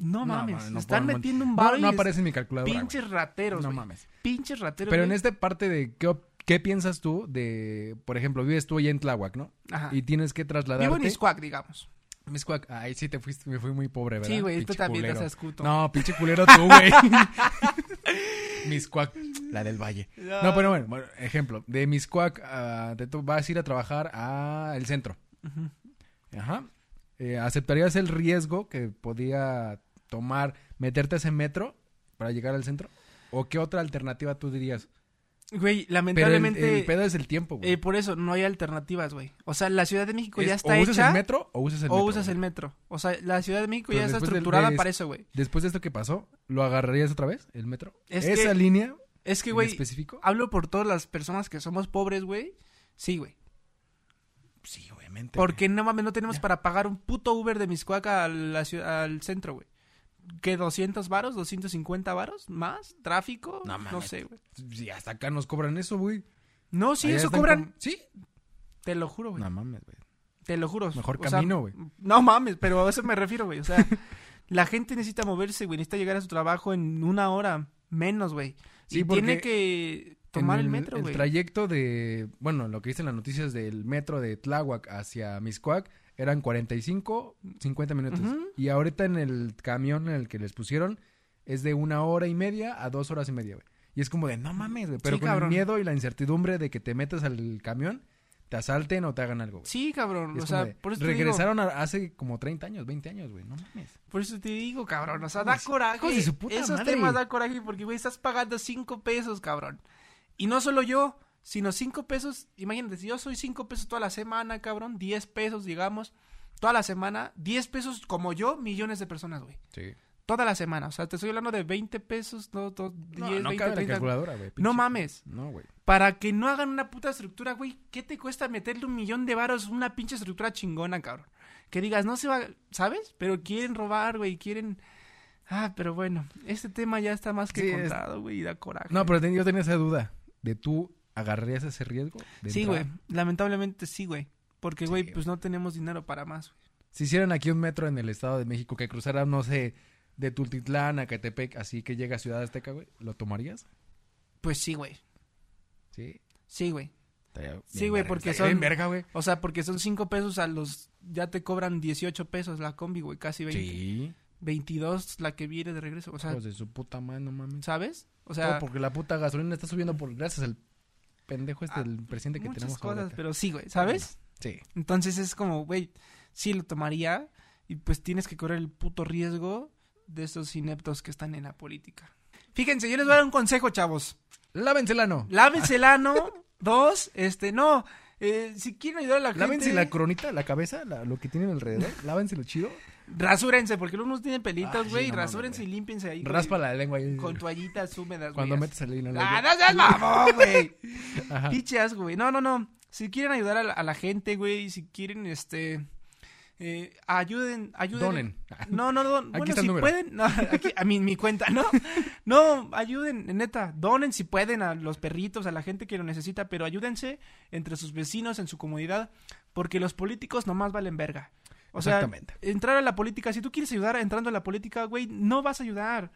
Speaker 2: No, mames,
Speaker 1: mames, no
Speaker 2: están
Speaker 1: puedo-
Speaker 2: metiendo
Speaker 1: No,
Speaker 2: un barro
Speaker 1: no aparece en mi calculadora. güey.
Speaker 2: pinches rateros,
Speaker 1: No
Speaker 2: güey.
Speaker 1: mames.
Speaker 2: Pinches rateros,
Speaker 1: Pero en
Speaker 2: güey.
Speaker 1: esta parte de qué, op- qué piensas tú de, por ejemplo, vives tú allá en Tláhuac, ¿no?
Speaker 2: Ajá.
Speaker 1: Y tienes que trasladarte.
Speaker 2: Ah. Vivo en Iscuac, digamos.
Speaker 1: Miscuac. Ay, sí, te fuiste, me fui muy pobre, ¿verdad?
Speaker 2: Sí, güey, tú
Speaker 1: Pinche
Speaker 2: también te
Speaker 1: culero.
Speaker 2: haces cuto.
Speaker 1: No, pinche culero tú, güey. Miscuac, la del valle.
Speaker 2: No.
Speaker 1: No, pero bueno, bueno, ejemplo, de Miscuac ah, te to- vas a ir a trabajar a el centro.
Speaker 2: Ujú.
Speaker 1: Ajá. Eh, ¿Aceptarías el riesgo que podía tomar meterte a ese metro para llegar al centro? ¿O qué otra alternativa tú dirías?
Speaker 2: Güey,
Speaker 1: Pero el,
Speaker 2: lamentablemente...
Speaker 1: el pedo es el tiempo, güey.
Speaker 2: eh, por eso, no hay alternativas, güey. O sea, la Ciudad de México ya
Speaker 1: Es-
Speaker 2: está
Speaker 1: o usas
Speaker 2: hecha
Speaker 1: el metro o usas el
Speaker 2: o
Speaker 1: metro.
Speaker 2: usas
Speaker 1: güey.
Speaker 2: el metro. O sea, la Ciudad de México
Speaker 1: Pero
Speaker 2: ya está
Speaker 1: después del-
Speaker 2: estructurada
Speaker 1: de-
Speaker 2: para eso, güey.
Speaker 1: Después de esto que pasó, ¿lo agarrarías otra vez? ¿El metro?
Speaker 2: Es
Speaker 1: ¿Esa
Speaker 2: que-
Speaker 1: línea
Speaker 2: Es que,
Speaker 1: en
Speaker 2: güey, ah,
Speaker 1: específico?
Speaker 2: hablo por todas las personas que somos pobres, güey. Sí, güey.
Speaker 1: Sí, obviamente.
Speaker 2: Porque no mames, no tenemos para pagar un puto Uber de Miscuaca a la ciu- al centro, güey. ¿Qué? ¿200 varos? ¿250 varos? ¿Más? ¿Tráfico?
Speaker 1: No
Speaker 2: No,
Speaker 1: mames.
Speaker 2: sé, güey.
Speaker 1: güey. Sí, hasta acá nos cobran eso, güey.
Speaker 2: No, sí,
Speaker 1: Allá
Speaker 2: eso
Speaker 1: están
Speaker 2: cobran.
Speaker 1: con- Sí.
Speaker 2: Te lo juro, güey.
Speaker 1: No mames, güey.
Speaker 2: Te lo juro.
Speaker 1: Mejor
Speaker 2: sea,
Speaker 1: camino, güey.
Speaker 2: No mames, pero a eso me refiero, güey. O sea, la gente necesita moverse, güey. Necesita llegar a su trabajo en una hora menos, güey.
Speaker 1: Sí,
Speaker 2: y
Speaker 1: porque
Speaker 2: tiene que tomar
Speaker 1: En
Speaker 2: el, metro,
Speaker 1: El
Speaker 2: güey.
Speaker 1: trayecto de, bueno, lo que dicen las noticias del metro de Tláhuac hacia Miscuac eran 45, 50 minutos.
Speaker 2: Ujú.
Speaker 1: Y ahorita en el camión en el que les pusieron es de una hora y media a dos horas y media, güey. Y es como de, no mames, güey, pero
Speaker 2: Sí,
Speaker 1: con
Speaker 2: cabrón.
Speaker 1: el miedo y la incertidumbre de que te metas al camión, te asalten o te hagan algo, güey.
Speaker 2: Sí, cabrón.
Speaker 1: Y es como
Speaker 2: O sea,
Speaker 1: de,
Speaker 2: por eso, te digo,
Speaker 1: regresaron a- hace como 30 años, 20 años, güey, no mames.
Speaker 2: por eso te digo, cabrón. O sea, da
Speaker 1: Hijos de-
Speaker 2: coraje.
Speaker 1: hijos de su puta
Speaker 2: Esos
Speaker 1: madre.
Speaker 2: temas da coraje porque, güey, estás pagando cinco pesos, cabrón. Y no solo yo, sino cinco pesos. Imagínate, si yo soy cinco pesos toda la semana, cabrón. 10 pesos, digamos. Toda la semana. 10 pesos como yo, millones de personas, güey.
Speaker 1: Sí.
Speaker 2: Toda la semana. O sea, te estoy hablando de 20 pesos, no, no, 10,
Speaker 1: No, no
Speaker 2: 20,
Speaker 1: cabe la
Speaker 2: 30.
Speaker 1: calculadora, güey.
Speaker 2: No
Speaker 1: pinche-
Speaker 2: mames.
Speaker 1: No, güey.
Speaker 2: Para que no hagan una puta estructura, güey. ¿Qué te cuesta meterle un millón de varos a una pinche estructura chingona, cabrón? Que digas, no se va, ¿sabes? Pero quieren robar, güey, quieren... Ah, pero bueno, este tema ya está más que
Speaker 1: Sí, es-
Speaker 2: contado, güey, y da coraje.
Speaker 1: No, pero ten- yo tenía esa duda. de tú agarrarías ese riesgo? de
Speaker 2: Sí,
Speaker 1: entrar?
Speaker 2: güey. Lamentablemente sí, güey. Porque,
Speaker 1: Sí,
Speaker 2: güey,
Speaker 1: güey.
Speaker 2: pues no tenemos dinero para más, güey.
Speaker 1: Si hicieran aquí un metro en el Estado de México que cruzara, no sé, de Tultitlán a Catepec, así que llega a Ciudad Azteca, güey, ¿lo tomarías?
Speaker 2: Pues sí, güey.
Speaker 1: Sí.
Speaker 2: Sí, güey.
Speaker 1: Estaría bien
Speaker 2: Sí, güey,
Speaker 1: verga,
Speaker 2: porque
Speaker 1: estaría bien
Speaker 2: son-
Speaker 1: verga, güey.
Speaker 2: O sea, porque son 5 pesos a los... Ya te cobran 18 pesos la combi, güey. Casi 20.
Speaker 1: Sí.
Speaker 2: 22 la que viene de regreso. O sea,
Speaker 1: Hijos de su puta madre, no mames.
Speaker 2: ¿sabes? O
Speaker 1: Pues, Todo
Speaker 2: sea,
Speaker 1: porque la puta gasolina está subiendo por gracias al pendejo este
Speaker 2: Ah,
Speaker 1: del presidente que
Speaker 2: muchas
Speaker 1: tenemos
Speaker 2: cosas,
Speaker 1: ahorita.
Speaker 2: pero sí, güey. ¿Sabes?
Speaker 1: Sí.
Speaker 2: Entonces es como, güey, sí lo tomaría y pues tienes que correr el puto riesgo de esos ineptos que están en la política. Fíjense, yo les voy a dar un consejo, chavos.
Speaker 1: Lávense el ano.
Speaker 2: Lávense el ano. Dos, este, no. eh, si quieren ayudar a la
Speaker 1: Lávense la
Speaker 2: gente,
Speaker 1: coronita, la cabeza, la- lo que tienen alrededor. Lávense lo chido.
Speaker 2: rasúrense, porque luego unos tienen
Speaker 1: Ah,
Speaker 2: pelitos,
Speaker 1: sí,
Speaker 2: güey.
Speaker 1: no mames,
Speaker 2: rasúrense y límpiense ahí. con-
Speaker 1: Raspa la lengua ahí.
Speaker 2: Con, toallitas húmedas, güey,
Speaker 1: Cuando
Speaker 2: así.
Speaker 1: metes el hilo. ¿no?
Speaker 2: ¡Ah, no seas mamón, güey!
Speaker 1: Ajá.
Speaker 2: Pinche asco, güey. No, no, no. Si quieren ayudar a la, a la gente, güey, si quieren, este... eh, ayuden, ayuden.
Speaker 1: Donen. Ah,
Speaker 2: No, no, don,
Speaker 1: Aquí
Speaker 2: bueno,
Speaker 1: está el
Speaker 2: si
Speaker 1: número.
Speaker 2: pueden, no, aquí, a mí, mi cuenta, ¿no? No, ayuden, neta, donen si pueden a los perritos, a la gente que lo necesita, pero ayúdense entre sus vecinos, en su comunidad, porque los políticos nomás valen verga. O sea,
Speaker 1: Exactamente.
Speaker 2: entrar a la política, si tú quieres ayudar entrando a la política, güey, no vas a ayudar.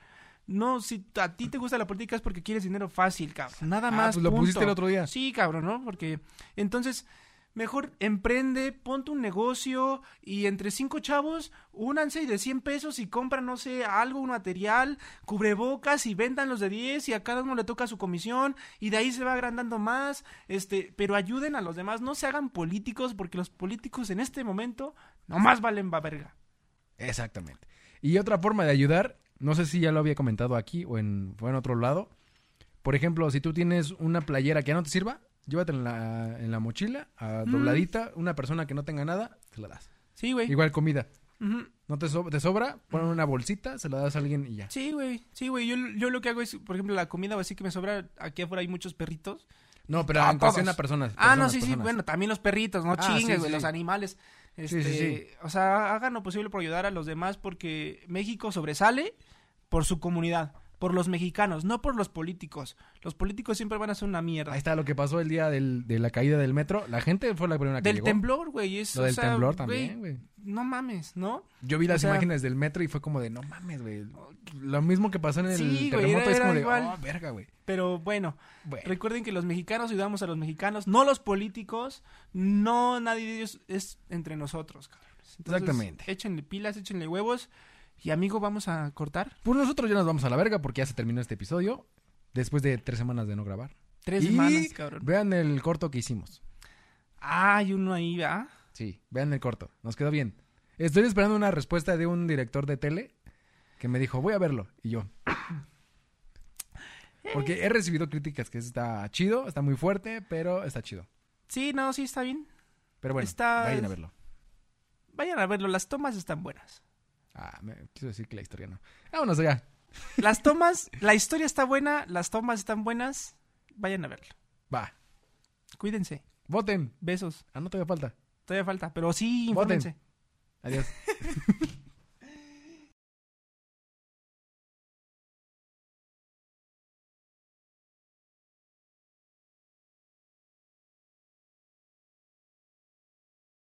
Speaker 2: No, si a ti te gusta la política es porque quieres dinero fácil, cabrón. Nada
Speaker 1: Ah,
Speaker 2: más.
Speaker 1: pues lo
Speaker 2: punto.
Speaker 1: pusiste el otro día.
Speaker 2: Sí, cabrón, ¿no? Porque entonces mejor emprende, ponte un negocio y entre cinco chavos únanse y de 100 pesos y compran, no sé, algo, un material, cubrebocas y vendan los de 10 y a cada uno le toca su comisión y de ahí se va agrandando más, este, pero ayuden a los demás, no se hagan políticos porque los políticos en este momento nomás valen va verga.
Speaker 1: Exactamente. Y otra forma de ayudar, no sé si ya lo había comentado aquí o en, fue en otro lado. Por ejemplo, si tú tienes una playera que ya no te sirva, llévatela en la, en la mochila, ah,
Speaker 2: Mm.
Speaker 1: dobladita, una persona que no tenga nada, se la das.
Speaker 2: Sí, güey.
Speaker 1: Igual comida.
Speaker 2: Ujú.
Speaker 1: No te, so- te sobra, pon en una bolsita, se la das a alguien y ya.
Speaker 2: Sí, güey. Sí, güey. Yo, yo lo que hago es, por ejemplo, la comida o así que me sobra, aquí afuera hay muchos perritos.
Speaker 1: No, pero
Speaker 2: A
Speaker 1: en cuestión
Speaker 2: todos.
Speaker 1: a personas.
Speaker 2: Ah, no,
Speaker 1: personas,
Speaker 2: sí, sí,
Speaker 1: personas.
Speaker 2: bueno, también los perritos, no
Speaker 1: Ah, sí,
Speaker 2: chingues,
Speaker 1: sí,
Speaker 2: güey, los
Speaker 1: sí.
Speaker 2: animales.
Speaker 1: sí,
Speaker 2: Este,
Speaker 1: sí.
Speaker 2: O sea, hagan lo posible por ayudar a los demás porque México sobresale por su comunidad, por los mexicanos, no por los políticos. Los políticos siempre van a ser una mierda.
Speaker 1: Ahí está lo que pasó el día del- de la caída del metro. La gente fue la primera que
Speaker 2: del
Speaker 1: llegó.
Speaker 2: temblor, güey, es,
Speaker 1: Lo
Speaker 2: o
Speaker 1: del
Speaker 2: sea,
Speaker 1: temblor
Speaker 2: güey,
Speaker 1: también, güey.
Speaker 2: No mames, ¿no?
Speaker 1: Yo vi
Speaker 2: O
Speaker 1: las
Speaker 2: sea-
Speaker 1: imágenes del metro y fue como de, no mames, güey. Lo mismo que pasó en el
Speaker 2: Sí, güey,
Speaker 1: terremoto
Speaker 2: era-
Speaker 1: es como
Speaker 2: era
Speaker 1: de,
Speaker 2: igual.
Speaker 1: oh, verga, güey.
Speaker 2: Pero bueno,
Speaker 1: Bueno,
Speaker 2: recuerden que los mexicanos ayudamos a los mexicanos, no los políticos, no nadie de ellos es entre nosotros, cabrones. Entonces,
Speaker 1: Exactamente.
Speaker 2: Échenle pilas, échenle huevos y amigo, vamos a cortar
Speaker 1: pues nosotros ya nos vamos a la verga porque ya se terminó este episodio. Después de tres semanas de no grabar.
Speaker 2: tres
Speaker 1: Y
Speaker 2: semanas, cabrón.
Speaker 1: Vean el corto que hicimos.
Speaker 2: Ah, hay uno ahí, ¿verdad?
Speaker 1: Sí, vean el corto. Nos quedó bien. Estoy esperando una respuesta de un director de tele que me dijo, voy a verlo. Y yo. Porque he recibido críticas que está chido, está muy fuerte, pero está chido.
Speaker 2: Sí, no, sí, está bien.
Speaker 1: Pero bueno,
Speaker 2: Está-
Speaker 1: vayan a verlo.
Speaker 2: Vayan a verlo, las tomas están buenas.
Speaker 1: Ah, me quiso decir que la historia no. Vámonos allá.
Speaker 2: Las tomas, la historia está buena, las tomas están buenas. Vayan a verlo.
Speaker 1: Va.
Speaker 2: Cuídense.
Speaker 1: Voten.
Speaker 2: Besos.
Speaker 1: Ah, no te falta.
Speaker 2: Todavía falta, pero sí,
Speaker 1: Voten.
Speaker 2: infórmense.
Speaker 1: Adiós.